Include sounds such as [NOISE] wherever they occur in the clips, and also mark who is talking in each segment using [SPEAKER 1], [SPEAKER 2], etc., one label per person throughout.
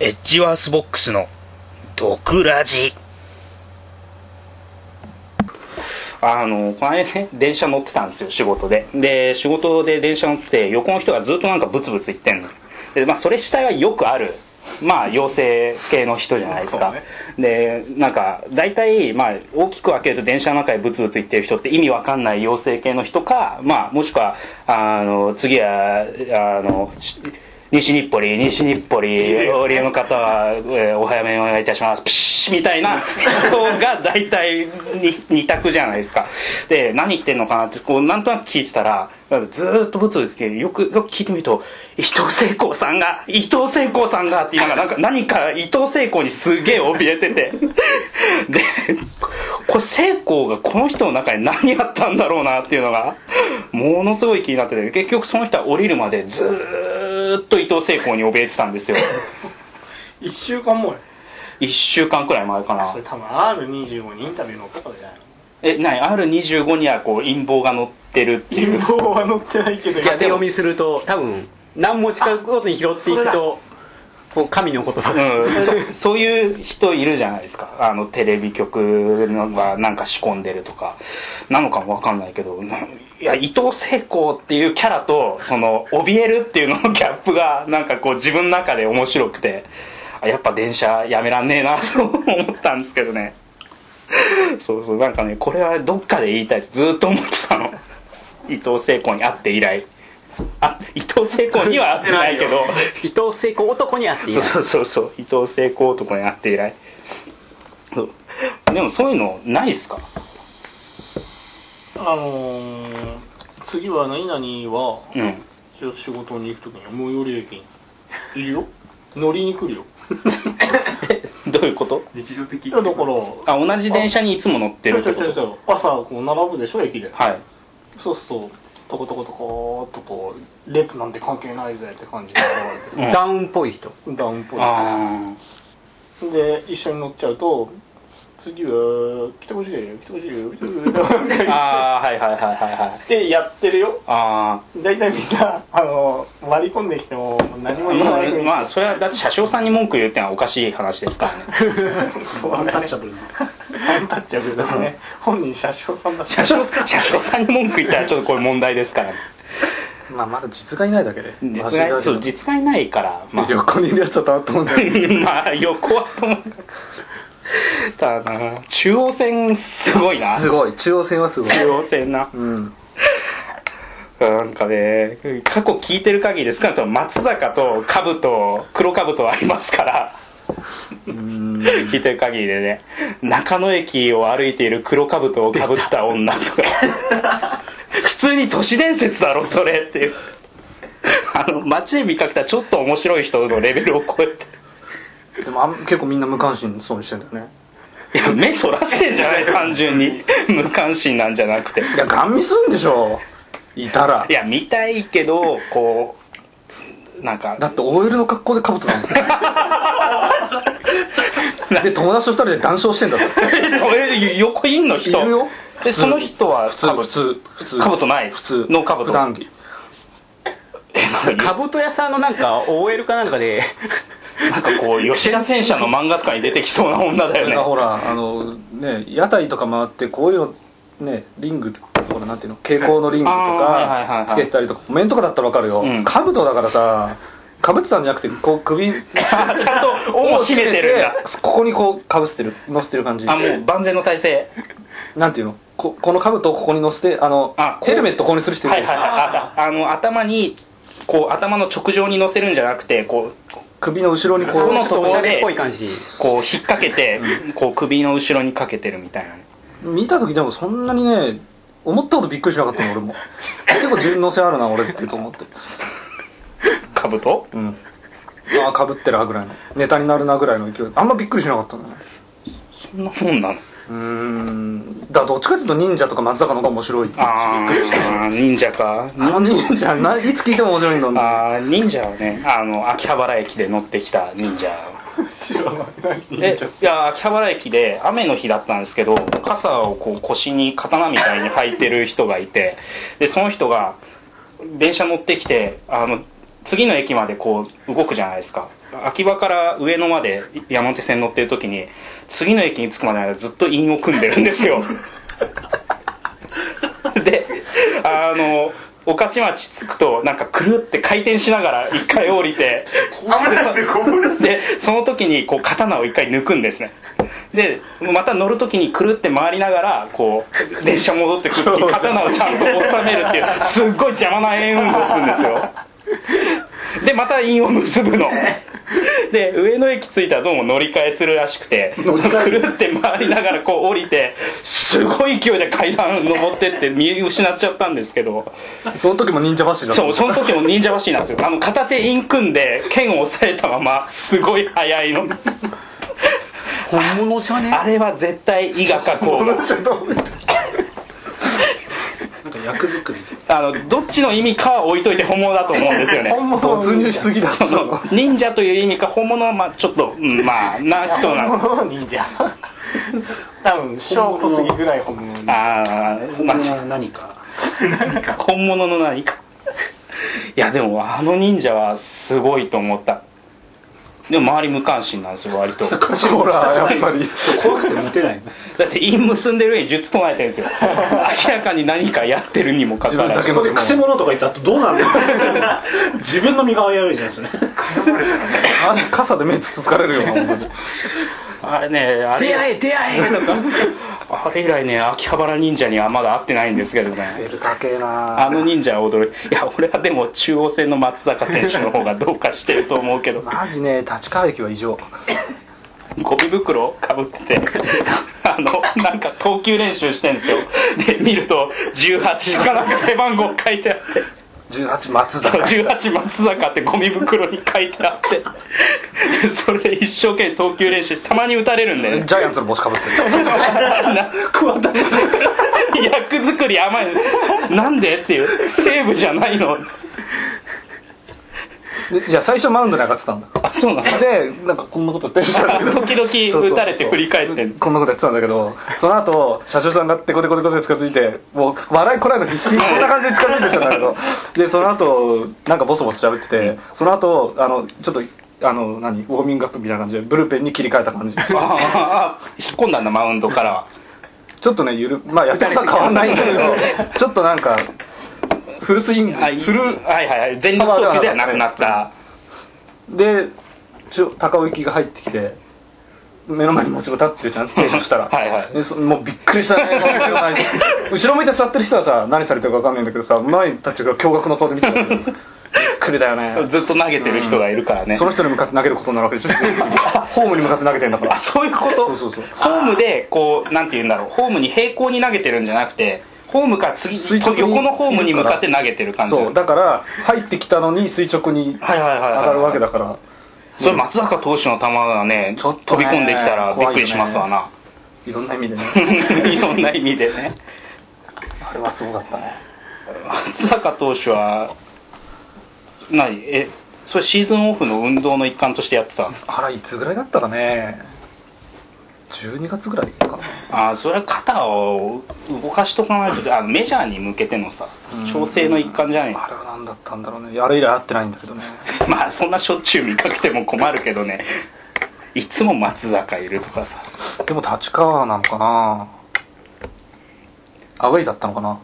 [SPEAKER 1] エッジワースボックスの毒ラジ。
[SPEAKER 2] あの、この間ね、電車乗ってたんですよ、仕事で。で、仕事で電車乗ってて、横の人がずっとなんかブツブツ言ってんの。で、まあ、それ自体はよくある、まあ、妖精系の人じゃないですか。で、なんか、大体、まあ、大きく分けると電車の中でブツブツ言ってる人って意味わかんない妖精系の人か、まあ、もしくは、あの、次は、あの、し西日暮里、西日暮里、お利用の方は、えーお早めにお願いいたします。ピシッみたいな人が大体に二択じゃないですか。で、何言ってんのかなって、こう、なんとなく聞いてたら、なんかずーっとぶつぶつけて、よく、よく聞いてみると、伊藤聖光さんが、伊藤聖光さんがって言いながら、なんか何か伊藤聖光にすげえ怯えて [LAUGHS] て。で、これ聖光がこの人の中に何やったんだろうなっていうのが、ものすごい気になってて、結局その人は降りるまでずーっと伊藤聖光に怯えてたんですよ。
[SPEAKER 3] 一週間もや
[SPEAKER 2] 1週間くらい前かな
[SPEAKER 3] それ。多分 R25 にインタビュー載ったからじゃないの
[SPEAKER 2] え、なに ?R25 にはこう陰謀が乗ってるっていう。
[SPEAKER 3] 陰謀は載ってないけど
[SPEAKER 4] 縦読みすると多分何も近くごとに拾っていくとこう神の言葉が
[SPEAKER 2] うん、そ [LAUGHS] そういう人いるじゃないですかあのテレビ局のはなんか仕込んでるとかなのかもわかんないけどないや伊藤聖光っていうキャラとその怯えるっていうののギャップがなんかこう自分の中で面白くてあやっぱ電車やめらんねえなと思ったんですけどねそうそうなんかねこれはどっかで言いたいってずーっと思ってたの伊藤聖光に会って以来あ伊藤聖光には会ってないけど
[SPEAKER 4] 伊藤聖子男にあってい
[SPEAKER 2] そ
[SPEAKER 4] い
[SPEAKER 2] うそうそうそう伊藤聖光男になって以来そうでもそういうのないっすか
[SPEAKER 3] あのー、次は何々は [LAUGHS]
[SPEAKER 2] うん
[SPEAKER 3] 仕事に行くときには最寄り駅にいるよ乗りに来るよ
[SPEAKER 2] どういうこと
[SPEAKER 5] 日常
[SPEAKER 3] [LAUGHS]
[SPEAKER 5] 的
[SPEAKER 3] いやだから
[SPEAKER 2] あ同じ電車にいつも乗って
[SPEAKER 3] ち
[SPEAKER 2] る
[SPEAKER 3] ょ
[SPEAKER 2] って
[SPEAKER 3] ちょ
[SPEAKER 2] こ
[SPEAKER 3] ちょち
[SPEAKER 2] と
[SPEAKER 3] ょ朝こう並ぶでしょ駅で
[SPEAKER 2] はい
[SPEAKER 3] そうするとトコトコトコーっとこう列なんて関係ないぜって感じで現れて
[SPEAKER 4] ダウンっぽい人
[SPEAKER 3] さダウンっぽい [LAUGHS]
[SPEAKER 2] あ
[SPEAKER 3] で一緒に乗っちゃうと次は来てほしいよ来てほしいよ来てほしいよ
[SPEAKER 2] ーあーはいはいはいはいはい
[SPEAKER 3] ってやってるよ
[SPEAKER 2] あ
[SPEAKER 3] 大体みんなあの割り込んできても何
[SPEAKER 2] あ
[SPEAKER 3] も言わ
[SPEAKER 2] まあ
[SPEAKER 3] ない
[SPEAKER 2] まあそれはだって車掌さんに文句言うってのはおかしい話ですからね
[SPEAKER 3] [LAUGHS] ワンタッチャブルワンタッチャブルですね本人車掌さんだ
[SPEAKER 2] [LAUGHS]
[SPEAKER 3] し
[SPEAKER 2] 車掌さん車掌さんに文句言ったらちょっとこれ問題ですからね
[SPEAKER 5] まあまだ実がいないだけで
[SPEAKER 2] 実害そう実害ないからまあ
[SPEAKER 5] 旅行にいるやつだと思うんだけど
[SPEAKER 2] [LAUGHS] まあ、横はともかくただな、中央線すごいな。
[SPEAKER 5] すごい中央線はすごい
[SPEAKER 2] 中央線な。
[SPEAKER 5] うん
[SPEAKER 2] なんかね、過去聞いてる限りですかとも松坂と兜、黒兜はありますから、
[SPEAKER 5] うん
[SPEAKER 2] 聞いてる限りでね、中野駅を歩いている黒兜をかぶった女とか、普通に都市伝説だろ、それっていう。あの、街で見かけたちょっと面白い人のレベルを超えて。
[SPEAKER 5] でもあん結構みんな無関心そうにしてんだよね
[SPEAKER 2] いや、目そらしてんじゃない単純に。無関心なんじゃなくて。
[SPEAKER 5] いやガン見すんでしょいたら
[SPEAKER 2] いや、見たいけど、こう、なんか、
[SPEAKER 5] だって OL の格好でかぶってたんですよ [LAUGHS] で友達と二人で談笑してんだぞ
[SPEAKER 2] 俺、横いんの人。
[SPEAKER 5] いるよ
[SPEAKER 2] で、
[SPEAKER 5] 普通
[SPEAKER 2] その人は、
[SPEAKER 5] 普通普通普通
[SPEAKER 2] かぶとない
[SPEAKER 5] 普通
[SPEAKER 2] ノーかぶと
[SPEAKER 5] 普段着
[SPEAKER 4] かぶと屋さんのなんか OL かなんかで
[SPEAKER 2] なんかこう、
[SPEAKER 5] [LAUGHS]
[SPEAKER 2] 吉田戦車の漫画とかに出てきそうな女だ
[SPEAKER 5] そ
[SPEAKER 2] よ
[SPEAKER 5] れ
[SPEAKER 2] ね
[SPEAKER 5] が。ほらあのね屋台とか回ってこういうのねリングほらなんていうの蛍光のリングと
[SPEAKER 2] あーはいはいはいは
[SPEAKER 5] か
[SPEAKER 2] い
[SPEAKER 5] つけたりとか面とかだったらわかるよ
[SPEAKER 2] うん
[SPEAKER 5] かぶとだからさかぶってたんじゃなくてこう
[SPEAKER 2] [LAUGHS]
[SPEAKER 5] 首
[SPEAKER 2] ちゃんと、尾を締めてるんだ。
[SPEAKER 5] ここにこうかぶせてる乗せてる感じ
[SPEAKER 2] あ、もう万全の体制。
[SPEAKER 5] なんていうのここの兜をここに乗せてあの
[SPEAKER 2] あこう
[SPEAKER 5] ヘルメットここにする人い
[SPEAKER 2] は
[SPEAKER 5] る
[SPEAKER 2] いはいはい。ああの、頭に、こう、頭の直上に乗せるんじゃなくて、こう、
[SPEAKER 5] 首の後ろにこ
[SPEAKER 2] この
[SPEAKER 4] ちょ
[SPEAKER 2] とこ
[SPEAKER 4] っ
[SPEAKER 2] ろ
[SPEAKER 4] と
[SPEAKER 2] で
[SPEAKER 4] おしゃれっぽい感じ
[SPEAKER 2] こう引っ掛けて、こう首の後ろにかけてるみたいなね。
[SPEAKER 5] う見た時でもそんなにね思ったほどびっくりしなかったの俺も結構順応性あるな俺ってと思って
[SPEAKER 2] 兜
[SPEAKER 5] うんああかぶってるなぐらいのネタになるなぐらいの勢いあんまびっくりしなかったね
[SPEAKER 2] そんなもんなの
[SPEAKER 5] うーんだからどっちかっていうと忍者とか松坂の方が面白い
[SPEAKER 2] ああ、忍者か。
[SPEAKER 5] あの忍者ないつ聞いても面白いのに
[SPEAKER 2] ああ、忍者はね、あの、秋葉原駅で乗ってきた忍者。
[SPEAKER 3] 知らない
[SPEAKER 2] [LAUGHS] え、いや、秋葉原駅で雨の日だったんですけど、傘をこう腰に刀みたいに履いてる人がいて、で、その人が電車乗ってきて、あの、次の駅までこう動くじゃないですか秋葉から上野まで山手線乗ってる時に次の駅に着くまでの間ずっと韻を組んでるんです
[SPEAKER 3] [LAUGHS]
[SPEAKER 2] よであの御徒町着くとなんかくるって回転しながら一回降りて
[SPEAKER 3] 危ないですよ、こぼれ
[SPEAKER 2] [LAUGHS]
[SPEAKER 3] る。
[SPEAKER 2] でその時にこう刀を一回抜くんですねでまた乗る時にくるって回りながらこう電車戻ってくる時に刀をちゃんと収めるっていうすっごい邪魔な円運動するんですよでまた韻を結ぶので上野駅着いたらどうも乗り換えするらしくてそのくるって回りながらこう降りてすごい勢いで階段登ってって見失っちゃったんですけど
[SPEAKER 5] その時も忍者走りだっ
[SPEAKER 2] [LAUGHS]
[SPEAKER 5] た
[SPEAKER 2] そう、その時も忍者走りなんですよ。あの、片手イン組んで、剣を押さえたまま、すごい速いの。
[SPEAKER 4] 本物じゃね
[SPEAKER 2] あれは絶対、伊賀かこう。
[SPEAKER 3] なんか役作りじ
[SPEAKER 2] あの、どっちの意味かは置いといて本物だと思うんですよね。
[SPEAKER 5] 没入しすぎだ
[SPEAKER 2] そうそう忍者という意味か、本物は、まあちょっと、うんまあな人なん
[SPEAKER 3] ゃん。忍者。多分、小小杉ぐらい本物に。
[SPEAKER 2] あー、まあち
[SPEAKER 3] 何か。
[SPEAKER 2] [LAUGHS] 本物の何か。いや、でも、あの忍者はすごいと思った。でも、周り無関心なんですよ、割と。
[SPEAKER 5] ほらやっぱり
[SPEAKER 3] 怖くて見てない。
[SPEAKER 2] だって陰結んでる上に術唱えてるんですよ明らかに何かやってるにもかかわらず
[SPEAKER 5] 自
[SPEAKER 3] これくせ者とかいたらどうなるの自分の身が危ういじゃないですかね。 [LAUGHS]
[SPEAKER 5] あれ傘で目つつかれるよ本当に
[SPEAKER 2] あれねあれ
[SPEAKER 4] 出会え出会えとか
[SPEAKER 2] あれ以来ね秋葉原忍者にはまだ会ってないんですけどね
[SPEAKER 3] ル高えな
[SPEAKER 2] あの忍者は驚いいや俺はでも中央線の松坂選手の方がどうかしてると思うけど
[SPEAKER 5] マジね立川駅は異常
[SPEAKER 2] ゴミ袋をかぶっててあのなんか投球練習してんですよで見ると18かなんか背番号書いてあって
[SPEAKER 5] 18松坂
[SPEAKER 2] 18松坂ってゴミ袋に書いてあってでそれで一生懸命投球練習してたまに打たれるんで [LAUGHS] ね
[SPEAKER 5] ジャイアンツの帽子かぶってる
[SPEAKER 2] 桑田じゃない役作り甘いなんでっていうセーブじゃないの
[SPEAKER 5] でじゃあ最初マウンドに上がってたんだ
[SPEAKER 2] あそうなの
[SPEAKER 5] でなんかこんなことやってるじゃん
[SPEAKER 2] 時々打たれて振り返って
[SPEAKER 5] こんなことやってたんだけどその後社長さんがテコテコテコテコ近づいてもう笑いこらえるの必死にこんな感じで近づいてったんだけどでその後なんかボソボソ喋っててその後あのちょっとあの何ウォーミングアップみたいな感じでブルペンに切り替えた感じ
[SPEAKER 2] あああ引っ込んだんだマウンドからは
[SPEAKER 5] ちょっとねゆるまあやってることは変わんないんだけどちょっとなんかフルスイング
[SPEAKER 2] あい
[SPEAKER 5] フル
[SPEAKER 2] はいはいはい全力投球ではなくなった
[SPEAKER 5] でちょ高尾行きが入ってきて目の前に持ち子立ってるじゃん [LAUGHS] 停車したら
[SPEAKER 2] はいはい
[SPEAKER 5] でそもうびっくりした [LAUGHS] ね後ろ向いて座ってる人はさ何されてるか分かんないんだけどさ前に立ってるから驚愕の顔で見てたんだよびっくりだよね
[SPEAKER 2] ずっと投げてる人がいるからね、
[SPEAKER 5] その人に向かって投げることになるわけ [LAUGHS] でしょホームに向かって投げてんだから
[SPEAKER 2] あそういうこと
[SPEAKER 5] そうそうそう
[SPEAKER 2] ホームでこうなんて言うんだろうホームに平行に投げてるんじゃなくてホームから次
[SPEAKER 5] 垂直に
[SPEAKER 2] 横のホームに向かって投げてる感じ
[SPEAKER 5] そうだから入ってきたのに垂直に
[SPEAKER 2] はいはいはいはい
[SPEAKER 5] 上がるわけだから
[SPEAKER 2] それ松坂投手の球がね
[SPEAKER 5] ちょっとね
[SPEAKER 2] 飛び込んできたらびっくりしますわ
[SPEAKER 5] [LAUGHS]
[SPEAKER 2] な、
[SPEAKER 5] いろんな意味でね
[SPEAKER 2] いろんな意味でね
[SPEAKER 5] [LAUGHS] あれはすごかったね
[SPEAKER 2] 松坂投手は何えそれシーズンオフの運動の一環としてやってた
[SPEAKER 5] あらいつぐらいだったかね12月ぐらいかな
[SPEAKER 2] ああそれは肩を動かしとかないとあのメジャーに向けてのさ
[SPEAKER 5] うん
[SPEAKER 2] 調整の一環じゃない
[SPEAKER 5] あれは何だったんだろうねあれ以来会ってないんだけどね [LAUGHS]
[SPEAKER 2] まあそんなしょっちゅう見かけても困るけどねいつも松坂いるとか [LAUGHS] さ
[SPEAKER 5] でも立川なのかなアウェイだったのかな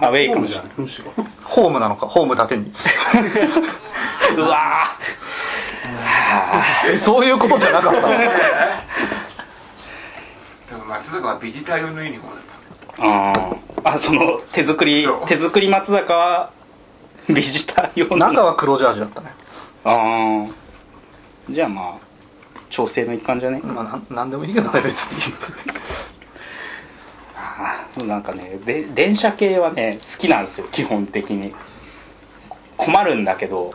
[SPEAKER 2] アウェイかもしれない
[SPEAKER 3] むしろ。
[SPEAKER 5] ホームなのかホームだけ
[SPEAKER 2] [LAUGHS]
[SPEAKER 5] に [LAUGHS]
[SPEAKER 2] うわあ
[SPEAKER 5] えそういうことじゃなかった
[SPEAKER 2] [LAUGHS]
[SPEAKER 6] でも松坂はビジタルのユニフォームだったの
[SPEAKER 2] あーあその手作り手作り松坂はビジター用の
[SPEAKER 5] 中は黒ジャージだったね、
[SPEAKER 2] ああじゃあまあ調整の一環じゃね、
[SPEAKER 5] まあ、なんなんでもいいけどね別に [LAUGHS]
[SPEAKER 2] ああなんかねで電車系はね好きなんですよ基本的に困るんだけど、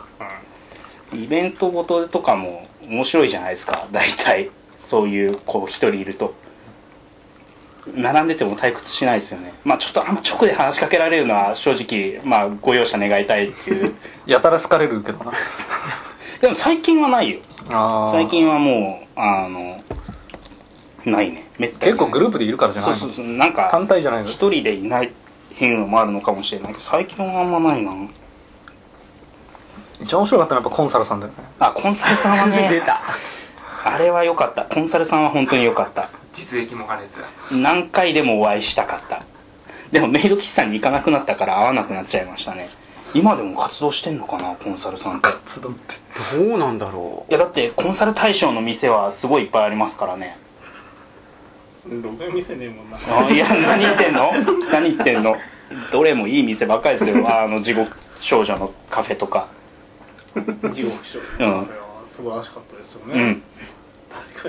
[SPEAKER 2] イベントごととかも面白いじゃないですか大体そういうこう一人いると並んでても退屈しないですよねまあちょっとあんま直で話しかけられるのは正直まあご容赦願いたいっていう [LAUGHS]
[SPEAKER 5] やたら好かれるけどな
[SPEAKER 2] でも最近はないよ
[SPEAKER 5] あー
[SPEAKER 2] 最近はもうあのないねめったに
[SPEAKER 5] 結構グループでいるからじゃない
[SPEAKER 2] そう
[SPEAKER 5] の
[SPEAKER 2] そうそうなんか
[SPEAKER 5] 単体じゃないの
[SPEAKER 2] 一人でいないっていうのもあるのかもしれないけど最近はあんまないな
[SPEAKER 5] 一番面白かったのはやっぱコンサルさ
[SPEAKER 2] [LAUGHS]
[SPEAKER 5] んだよね
[SPEAKER 2] あコンサルさんは
[SPEAKER 3] [LAUGHS]
[SPEAKER 2] ね
[SPEAKER 4] 出た
[SPEAKER 2] あれは良かったコンサルさんは本当に良かった
[SPEAKER 6] 実益も兼ねてた。
[SPEAKER 2] 何回でもお会いしたかったでもメイド喫茶に行かなくなったから会わなくなっちゃいましたね今でも活動してんのかなコンサルさんって
[SPEAKER 4] どうなんだろ
[SPEAKER 2] いやだってコンサル対象の店はすごいいっぱいありますからね
[SPEAKER 3] どこに見せねえもんな。
[SPEAKER 2] あいや何言ってんの何言ってんのどれもいい店ばっかりですよあの地獄少女のカフェとか
[SPEAKER 3] 地獄賞。
[SPEAKER 2] うん
[SPEAKER 3] これは素晴らしかったですよ
[SPEAKER 2] う
[SPEAKER 3] ね
[SPEAKER 2] ん。
[SPEAKER 3] 確か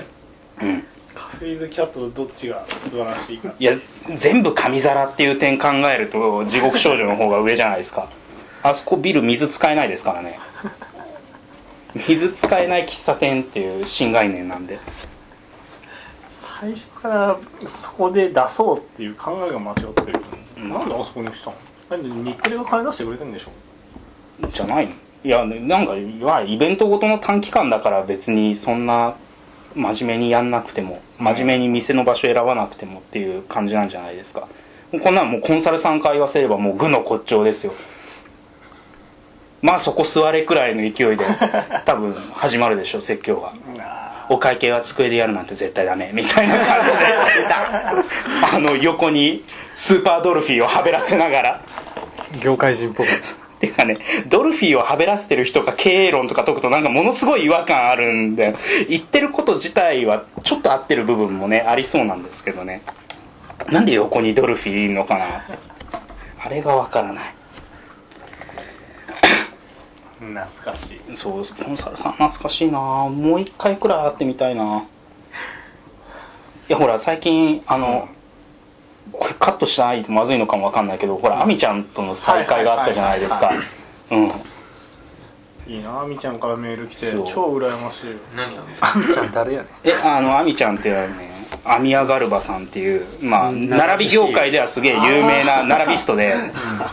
[SPEAKER 3] に。
[SPEAKER 2] うん
[SPEAKER 3] カフェイズキャットのどっちが素晴らしいか。
[SPEAKER 2] いや全部紙皿っていう点考えると地獄少女の方が上じゃないですかあそこビル水使えないですからね水使えない喫茶店っていう新概念なんで
[SPEAKER 3] 最初からそこで出そうっていう考えが間違ってる。なんであそこにしたのなんで日テレが金出してくれてんでしょ
[SPEAKER 2] じゃないのいやなんかいわゆるイベントごとの短期間だから別にそんな真面目にやんなくても真面目に店の場所選ばなくてもっていう感じなんじゃないですかこんなのもうコンサルさんから言わせればもう愚の骨頂ですよまあそこ座れくらいの勢いで多分始まるでしょ説教がお会計は机でやるなんて絶対ダメみたいな感じであの横にスーパードルフィーをはべらせながら
[SPEAKER 4] 業界人っぽく
[SPEAKER 2] てかね、ドルフィーをはべらせてる人が経営論とか解くとなんかものすごい違和感あるんで、言ってること自体はちょっと合ってる部分もね、ありそうなんですけどね。なんで横にドルフィーいるのかなあれがわからない。
[SPEAKER 3] 懐かしい。
[SPEAKER 2] そう、コンサルさん懐かしいなもう一回くらい会ってみたいないや、ほら、最近、あの、これカットしないとまずいのかもわかんないけど、ほら、アミちゃんとの再会があったじゃないですか
[SPEAKER 3] はいはい。
[SPEAKER 2] うん。
[SPEAKER 3] いいなあみちゃんからメール来て、
[SPEAKER 2] そう
[SPEAKER 3] 超羨ましいよ。
[SPEAKER 6] 何を見
[SPEAKER 5] あんちゃん誰やねん
[SPEAKER 2] え、あの、アミちゃんっていうのはね、アミアガルバさんっていう、まあ、
[SPEAKER 4] うん
[SPEAKER 2] 並び業界ではすげえ有名な並びストで、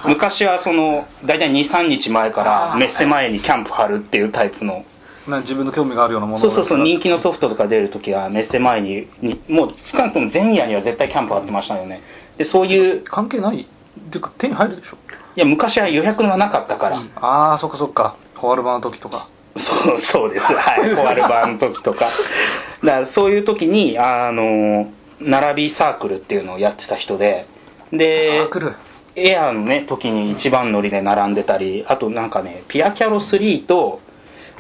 [SPEAKER 2] 昔はその、だいたい2、3日前から、メッセ前にキャンプ張るっていうタイプの、
[SPEAKER 5] な自分の興味があるようなもの
[SPEAKER 2] そうそうそう、人気のソフトとか出るときは、メッセ前にに、もう少なくとも前夜には絶対キャンプ張ってましたよね。で、そういう、い
[SPEAKER 5] 関係ないっていうか手に入るでしょ
[SPEAKER 2] や、昔は予約がなかったから、
[SPEAKER 5] ああそっかそっかホワルバの時とか
[SPEAKER 2] そう、そうです。はい。コアルバの時とか。だからそういう時に、あの、並びサークルっていうのをやってた人で、で
[SPEAKER 5] あ、来る
[SPEAKER 2] エアーのね、時に一番乗りで並んでたり、あとなんかね、ピアキャロ3と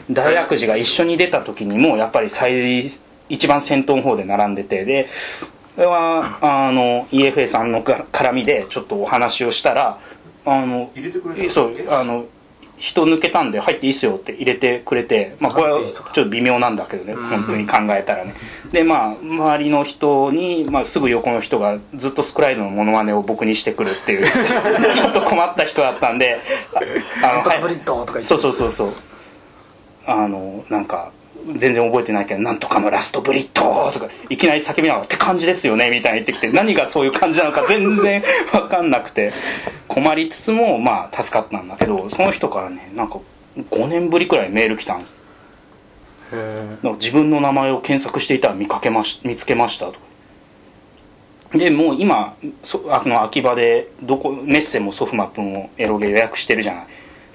[SPEAKER 2] 大悪寺が一緒に出た時にも、やっぱり最、一番先頭の方で並んでて、で、これは、あの、EFA さんのが絡みでちょっとお話をしたら、あの、
[SPEAKER 6] 入れてくれたの
[SPEAKER 2] えそう、あの、人抜けたんで入っていいっすよって入れてくれて、まあこれはちょっと微妙なんだけどね、本当に考えたらね。で、まあ、周りの人に、まあすぐ横の人がずっとスクライドのモノマネを僕にしてくるっていう、ちょっと困った人だったんで、ああの、はい
[SPEAKER 5] ブリッドとか言って
[SPEAKER 2] そうそうそうそう。あの、なんか、全然覚えてないけど、なんとかのラストブリッドとか、いきなり叫びながらって感じですよね、みたいに言ってきて、何がそういう感じなのか全然わかんなくて、困りつつも、まあ、助かったんだけど、その人からね、なんか、5年ぶりくらいメール来たんです。なんか自分の名前を検索していたら見かけまし、見つけましたとか。で、もう今、そあの、秋葉で、どこ、メッセもソフマップもエロゲ予約してるじゃな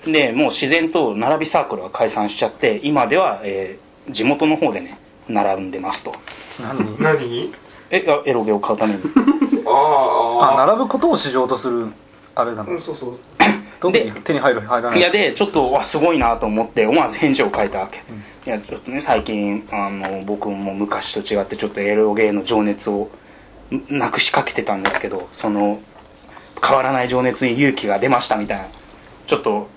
[SPEAKER 2] い。で、もう自然と並びサークルは解散しちゃって、今では、えー地元の方でね、並んでますと。
[SPEAKER 5] 何
[SPEAKER 6] 何に
[SPEAKER 2] え、あエロゲを買うために。
[SPEAKER 6] ああ
[SPEAKER 5] あ
[SPEAKER 6] ああ。
[SPEAKER 5] 並ぶことを市場とするあれな
[SPEAKER 3] う
[SPEAKER 5] の
[SPEAKER 3] ん、そうそう。
[SPEAKER 5] 特に手に入る入らないい
[SPEAKER 2] やで、ちょっと、わ、すごいなと思って、思わず返事を書いたわけ。いや、ちょっとね、最近、あの、僕も昔と違って、ちょっとエロゲーの情熱を、んなくしかけてたんですけど、その、変わらない情熱に勇気が出ましたみたいな、ちょっと、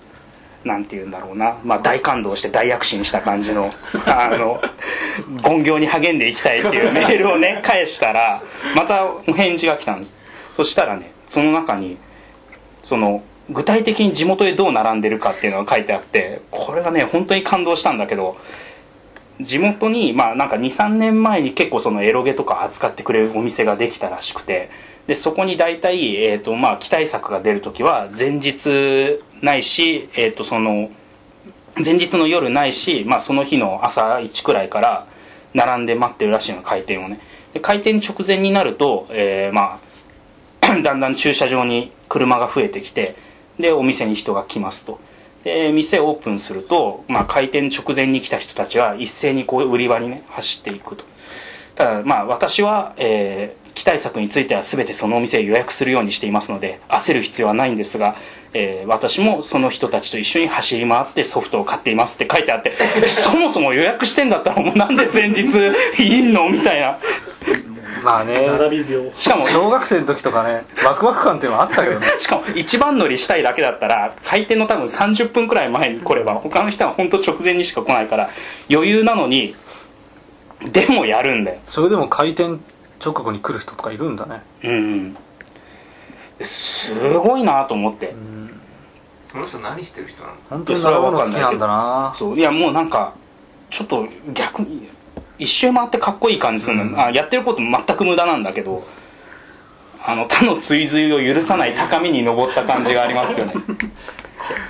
[SPEAKER 2] なんて言うんだろうな、まあ、大感動して大躍進した感じの、あの、言行に励んでいきたいっていうメールをね、返したら、またお返事が来たんです。そしたらね、その中に、その、具体的に地元でどう並んでるかっていうのが書いてあって、これがね、本当に感動したんだけど、地元に、まあなんか2、3年前に結構そのエロゲとか扱ってくれるお店ができたらしくて、で、そこに大体、えっ、と、まあ期待作が出るときは、前日ないし、えっ、と、その、前日の夜ないし、まあその日の朝1くらいから並んで待ってるらしいの、開店をね。で、開店直前になると、えー、まあ、 [COUGHS] だんだん駐車場に車が増えてきて、で、お店に人が来ますと。で、店オープンすると、まあ、開店直前に来た人たちは一斉にこう売り場にね、走っていくと。ただ、まあ、私は、えー期待策については全てそのお店へ予約するようにしていますので、焦る必要はないんですが、えー私もその人たちと一緒に走り回ってソフトを買っていますって書いてあって、 [LAUGHS] えそもそも予約してんだったらもうなんで前日いいのみたいな。
[SPEAKER 5] まあね
[SPEAKER 3] 並び病
[SPEAKER 2] しかも、
[SPEAKER 5] 小学生の時とかねワクワク感っていうのはあったけど [LAUGHS] ね
[SPEAKER 2] しかも一番乗りしたいだけだったら、開店の多分30分くらい前に来れば、他の人は本当直前にしか来ないから、余裕なのに、でもやるんだよ。
[SPEAKER 5] それでも開店直後に来る人とかいるんだね
[SPEAKER 2] うん。すごいなと思って。
[SPEAKER 6] その人何してる人なの
[SPEAKER 5] 本当に並ぶの好きなんだな
[SPEAKER 2] そう。いや、もうなんか、ちょっと逆に、一周回ってかっこいい感じするの、あやってること全く無駄なんだけど、あの、他の追随を許さない高みに登った感じがあります [LAUGHS] よね。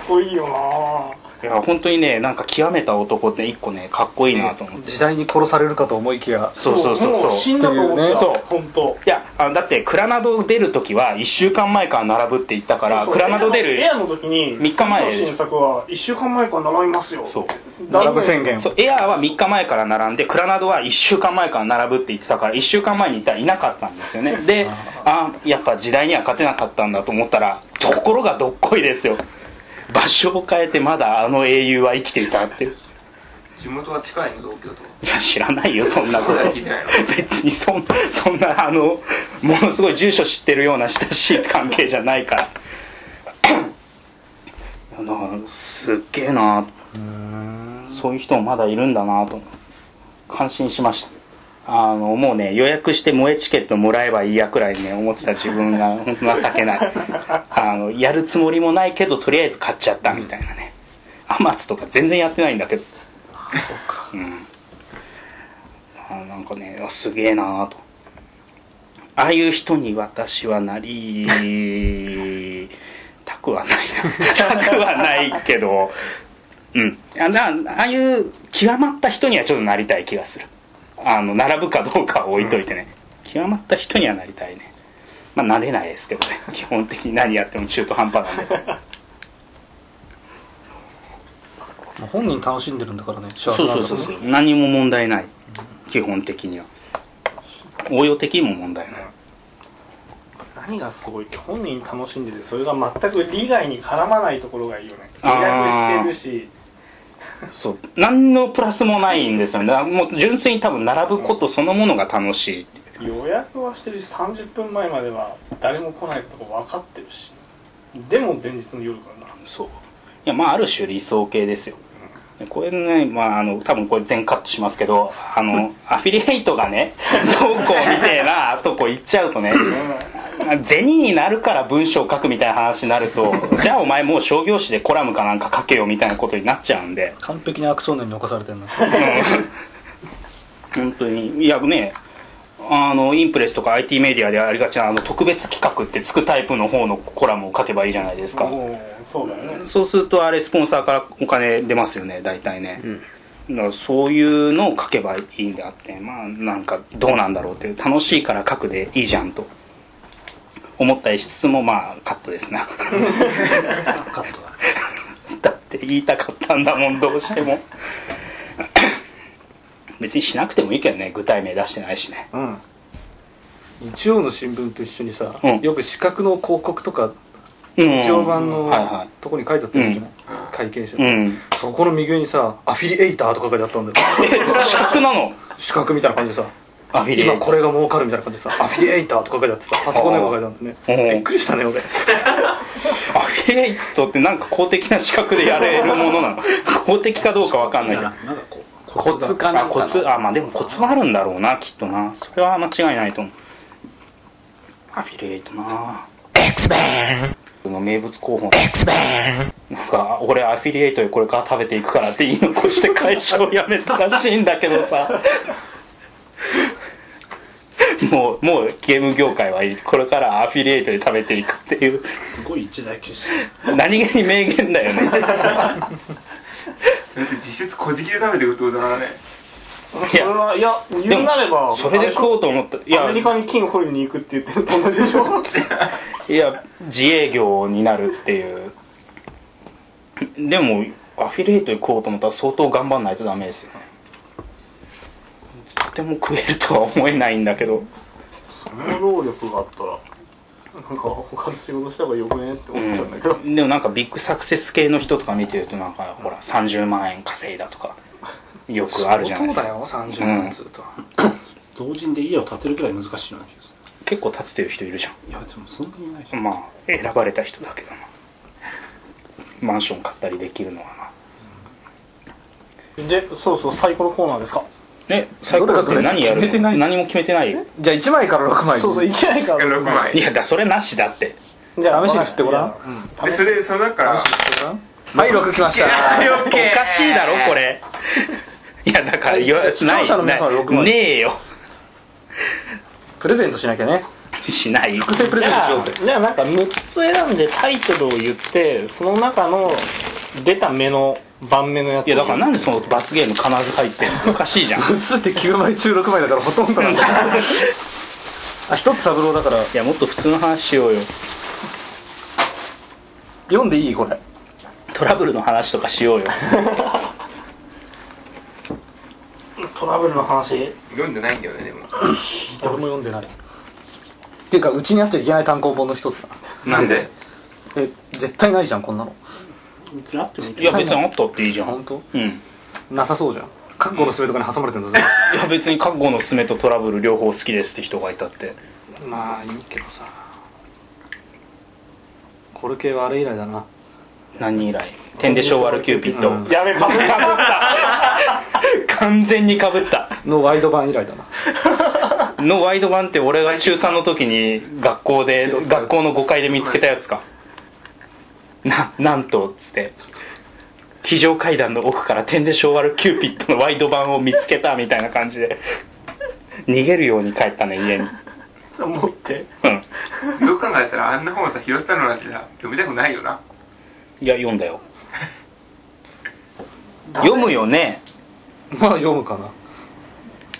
[SPEAKER 3] 濃いよない
[SPEAKER 2] や、本当にね、なんか極めた男って一個ね、かっこいいなと思って。
[SPEAKER 5] 時代に殺されるかと思いきや
[SPEAKER 2] そうそうそう
[SPEAKER 3] もう
[SPEAKER 2] そう。
[SPEAKER 3] 死んだと思った、
[SPEAKER 5] っていうね
[SPEAKER 2] そう
[SPEAKER 3] 本当
[SPEAKER 2] いや、あのだって、クラナド出るときは、1週間前から並ぶって言ったから、クラナド出
[SPEAKER 3] エア
[SPEAKER 2] る、
[SPEAKER 3] の時に
[SPEAKER 2] 三日前
[SPEAKER 3] 新作は1週間前から並びますよ
[SPEAKER 2] そう。
[SPEAKER 5] 並ぶ宣言
[SPEAKER 2] そう、エアーは3日前から並んで、クラナドは1週間前から並ぶって言ってたから、1週間前に行ったらいなかったんですよね。で、あ、やっぱ時代には勝てなかったんだと思ったら、ところがどっこいですよ。場所を変えてまだあの英雄は生きていたっていう。
[SPEAKER 6] 地元は近いの同居と
[SPEAKER 2] いや、知らないよ、そんなこと
[SPEAKER 6] そんな聞いてないの。
[SPEAKER 2] 別にそん、そんな、あの、ものすごい住所知ってるような親しい関係じゃないから。いやだからすっげえなそういう人もまだいるんだなと感心しましたあのもうね予約して萌えチケットもらえばいいやくらいね思ってた自分が本当情けないあのやるつもりもないけどとりあえず買っちゃったみたいなねアマツとか全然やってないんだけどうんあなんかねあすげえなとああいう人に私はなり [LAUGHS] たくはないな [LAUGHS] たくはないけどうんあなああいう極まった人にはちょっとなりたい気がするあの並ぶかどうかは置いといてね、極まった人にはなりたいねまあなれないですけどね [LAUGHS] 基本的に何やっても中途半端なんで
[SPEAKER 5] もう本人楽しんでるんだからね
[SPEAKER 2] [LAUGHS] そ
[SPEAKER 5] 幸
[SPEAKER 2] う
[SPEAKER 5] せなんだ
[SPEAKER 2] そう
[SPEAKER 5] か
[SPEAKER 2] そ
[SPEAKER 5] ら
[SPEAKER 2] うそう何も問題ない基本的には応用的にも問題ない
[SPEAKER 3] 何がすごいって本人楽しんでてそれが全く利害に絡まないところがいいよね
[SPEAKER 2] あー
[SPEAKER 3] 予約してるし
[SPEAKER 2] そう。何のプラスもないんですよね。だからもう純粋に多分並ぶことそのものが楽しい。
[SPEAKER 3] 予約はしてるし30分前までは誰も来ないことが分かってるしでも前日の夜からな
[SPEAKER 2] そう。いや、まあ、ある種理想形ですよ。これね、まあ、あの、多分これ全カットしますけど、あの、アフィリエイトがね、どうこうみたいなとこ行っちゃうとね、銭になるから文章を書くみたいな話になると、じゃあお前もう商業誌でコラムかなんか書けよみたいなことになっちゃうんで、
[SPEAKER 5] 完璧に悪少年に侵されてる
[SPEAKER 2] [LAUGHS]
[SPEAKER 5] の
[SPEAKER 2] 本当にいやねあのインプレスとか IT メディアでありがちなあの特別企画ってつくタイプの方のコラムを書けばいいじゃないですか
[SPEAKER 3] もうそうだよね
[SPEAKER 2] そうするとあれスポンサーからお金出ますよね大体ね、だからそういうのを書けばいいんであってまあなんかどうなんだろうっていう楽しいから書くでいいじゃんと思ったりしつつもまあカットですな
[SPEAKER 5] カットだ
[SPEAKER 2] だって言いたかったんだもんどうして [LAUGHS] も別にしなくてもいいけどね具体名出してないしね
[SPEAKER 5] うん日曜の新聞と一緒にさ、
[SPEAKER 2] うん
[SPEAKER 5] よく資格の広告とか
[SPEAKER 2] うん
[SPEAKER 5] 日曜版の
[SPEAKER 2] はいは
[SPEAKER 5] とこに書いてあったんじゃない、会見者、
[SPEAKER 2] い。うん。
[SPEAKER 5] そこの右上にさアフィリエイターとか書いてあったんだよ
[SPEAKER 2] え、資格なの
[SPEAKER 5] 資格みたいな感じでさ
[SPEAKER 2] アフィリエイト
[SPEAKER 5] 今これが儲かるみたいな [LAUGHS] 感じでさアフィリエイターとか書いてあってさパソコンの横書いてあるんだよ
[SPEAKER 2] おう
[SPEAKER 5] ねびっくりしたね俺
[SPEAKER 2] アフィリエイトってなんか公的な資格でやれるものなの公的かどうかわかんないけど。
[SPEAKER 4] なんかこうコツかな
[SPEAKER 2] あ、
[SPEAKER 4] んか
[SPEAKER 2] コ
[SPEAKER 4] の
[SPEAKER 2] ツ、あ、まあでもコツはあるんだろうな、きっとな。それは間違いないと思う。アフィリエイトな X の名物候補 X なんか、俺アフィリエイトでこれから食べていくからって言い残して会社を辞めたらしいんだけどさ。もう、もうゲーム業界はいい。これからアフィリエイトで食べていくっていう。
[SPEAKER 3] すごい一大決心
[SPEAKER 2] 何気に名言だよ
[SPEAKER 3] [LAUGHS]
[SPEAKER 2] ね。
[SPEAKER 6] 実質小じきで食べてるってことだね
[SPEAKER 3] それはいや言うなれば
[SPEAKER 2] それで食おうと思った。いや
[SPEAKER 3] アメリカに金を掘りに行くって言ってると同じでしょ
[SPEAKER 2] いや、自営業になるっていう。でも、アフィリエイト行こうと思ったら相当頑張んないとダメですよね。とても食えるとは思えないんだけど。
[SPEAKER 3] その労力があったら、なんか他の仕事した方がよくねって思っちゃうんだけど。
[SPEAKER 2] うん、でもなんかビッグサクセス系の人とか見てるとなんかほら30万円稼いだとかよくあるじゃないですか
[SPEAKER 1] だよ、30万つうと。
[SPEAKER 7] 同人で家を建てるくらい難しいような気がす
[SPEAKER 2] 結構立ててる人いるじ
[SPEAKER 7] るいやでもそんなにないじゃ
[SPEAKER 2] ゃん
[SPEAKER 7] ん
[SPEAKER 2] まあ選ばれた人だけどなマンション買ったりできるのは
[SPEAKER 3] で、そうそう、最高のコーナーですか。
[SPEAKER 2] なね最高って何やるの
[SPEAKER 5] どれがどれか決めてない
[SPEAKER 2] 何も決めてない
[SPEAKER 5] じゃあ1枚から6枚
[SPEAKER 3] そうそう、いけないから。
[SPEAKER 6] 6枚
[SPEAKER 2] いやだそれなしだって
[SPEAKER 3] じゃあ、
[SPEAKER 5] 試しに振ってごらん
[SPEAKER 3] う
[SPEAKER 6] でそれそれだから
[SPEAKER 5] はい6来ました
[SPEAKER 2] おかしいだろこれいやだからよ
[SPEAKER 5] 視
[SPEAKER 2] な
[SPEAKER 5] 聴
[SPEAKER 2] い
[SPEAKER 5] 者の皆さんは6
[SPEAKER 2] ない
[SPEAKER 5] 枚
[SPEAKER 2] ねえよ
[SPEAKER 5] プレゼントしなきゃね
[SPEAKER 2] しない
[SPEAKER 5] 複製プレゼントしようぜ
[SPEAKER 3] じゃあなんか6つ選んでタイトルを言ってその中の出た目の盤目のやつ
[SPEAKER 2] いやだからなんでその罰ゲーム必ず入ってんのおかしいじゃん
[SPEAKER 5] 普通って9枚中6枚だからほとんどなんだあ一つ三郎だか
[SPEAKER 2] [LAUGHS]
[SPEAKER 5] ら
[SPEAKER 2] いやもっと普通の話しようよ
[SPEAKER 5] 読んでいいこれ
[SPEAKER 2] トラブルの話とかし
[SPEAKER 5] [LAUGHS]
[SPEAKER 2] ようよ
[SPEAKER 3] トラブルの話
[SPEAKER 6] 読んでないんだよねでも
[SPEAKER 5] 俺も読んでないっていうかうちにあっちゃいけない単行本の一つだ
[SPEAKER 6] なんで
[SPEAKER 5] え絶対ないじゃんこんなの
[SPEAKER 2] いや別にあったっていいじゃん
[SPEAKER 5] 本当
[SPEAKER 2] うん
[SPEAKER 5] なさそうじゃん覚悟のすべとかに挟まれてるんだぜ
[SPEAKER 2] いや別に覚悟のすすめとトラブル両方好きですって人がいたって
[SPEAKER 5] まあいいけどさこれ系はあれ以来だな
[SPEAKER 2] 何以来天で昭和ルキューピッド、
[SPEAKER 5] うん
[SPEAKER 2] やべかぶっ
[SPEAKER 5] [LAUGHS]
[SPEAKER 2] た完全にかぶった
[SPEAKER 5] のワイド版以来 [LAUGHS] だな
[SPEAKER 2] のワイド版って俺が中3の時に学校で学校の5階で見つけたやつかななんとっつって非常階段の奥から天で昭和ルキューピッドのワイド版を見つけたみたいな感じで逃げるように帰ったね家に
[SPEAKER 3] 持って
[SPEAKER 2] うん
[SPEAKER 6] よく考えたらあんな本をさ拾ったのなんてさ読みたくないよない
[SPEAKER 2] や読んだよ読むよね
[SPEAKER 5] まあ読むかな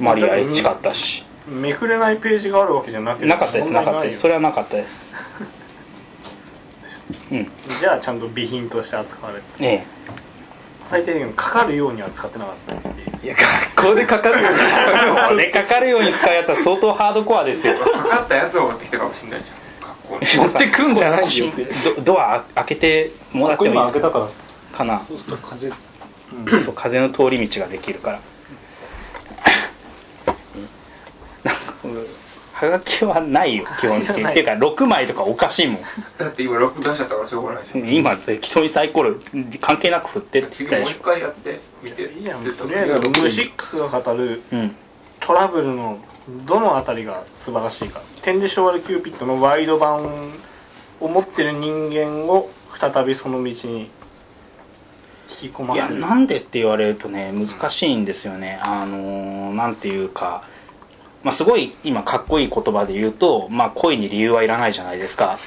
[SPEAKER 2] マリアエッチかったし
[SPEAKER 3] めくれないページがあるわけじゃなく
[SPEAKER 2] なかったですなかったですそ
[SPEAKER 3] それ
[SPEAKER 2] れはなかったですうん
[SPEAKER 3] じゃあちゃんと備品として扱われて
[SPEAKER 2] え
[SPEAKER 3] 最低限かかるようには使ってなかったっていう
[SPEAKER 5] いや学校でかかるよ
[SPEAKER 2] え [LAUGHS] これかかるように使うやつは相当ハードコアですよ
[SPEAKER 6] かかったやつを持ってきたかもしれないじゃん学校
[SPEAKER 2] 持
[SPEAKER 6] に
[SPEAKER 2] って
[SPEAKER 5] くんじ
[SPEAKER 2] [LAUGHS]
[SPEAKER 5] ゃないよ
[SPEAKER 2] ドドア開けてもらってもいいですか
[SPEAKER 5] から
[SPEAKER 2] かな
[SPEAKER 7] そうすると風邪
[SPEAKER 2] そう風の通り道ができるからなんかこうはがきはないよ基本的にっていうか6枚とかおかしいもん
[SPEAKER 6] だって今6出しちゃったからしょうがないじゃん
[SPEAKER 2] 今適当にサイコロ関係なく振ってって言っ
[SPEAKER 6] 次
[SPEAKER 2] たで
[SPEAKER 6] もう
[SPEAKER 2] し
[SPEAKER 6] 一回やってみて
[SPEAKER 3] いいじゃん
[SPEAKER 6] 絶対
[SPEAKER 3] とりあえずムシックスが語る
[SPEAKER 2] ょうん
[SPEAKER 3] トラブルのどのあたりが素晴らしいか天で昭和でキューピッドのワイド版を持ってる人間を再びその道に引き込ま
[SPEAKER 2] いや
[SPEAKER 3] せる
[SPEAKER 2] なんでって言われるとね難しいんですよねあのーなんていうか、まあ、すごい今かっこいい言葉で言うと、まあ、恋に理由はいらないじゃないですか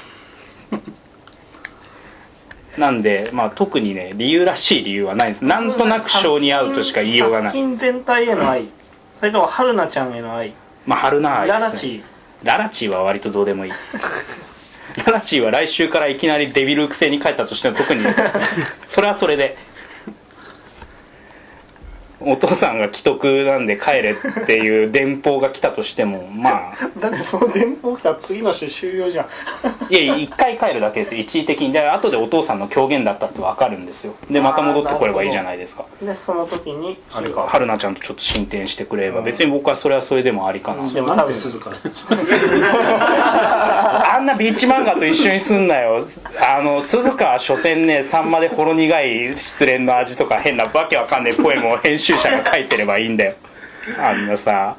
[SPEAKER 2] なんで、まあ、特にね理由らしい理由はないんですなんとなく性に合うとしか言いようがな
[SPEAKER 3] 作
[SPEAKER 2] い
[SPEAKER 3] 品全体への愛、それとも春菜ちゃんへの愛
[SPEAKER 2] まあ春菜愛
[SPEAKER 3] ララ
[SPEAKER 2] ですね
[SPEAKER 3] チ
[SPEAKER 2] ララチーは割とどうでもいいララチーは来週からいきなりデビル癖に帰ったとしても特にそれはそれでお父さんが既得なんで帰れっていう電報が来たとしてもまあ
[SPEAKER 3] だってその電報来たら次の週終了じゃん
[SPEAKER 2] いやいや一回帰るだけですよ一時的にで後でお父さんの狂言だったって分かるんですよでまた戻ってこればいいじゃないですか
[SPEAKER 3] [LAUGHS] でその時にあれ
[SPEAKER 2] 春菜ちゃんとちょっと進展してくれれば別に僕はそれはそれでもありかな、
[SPEAKER 3] でも
[SPEAKER 7] な
[SPEAKER 3] 多
[SPEAKER 7] んで
[SPEAKER 3] 分
[SPEAKER 7] 鈴から
[SPEAKER 2] [LAUGHS] あんなビーチ漫画と一緒にすんなよ。あの、鈴鹿は所詮ね、さんまでほろ苦い失恋の味とか変なわけわかんないポエムを編集者が書いてればいいんだよ。あんなさ、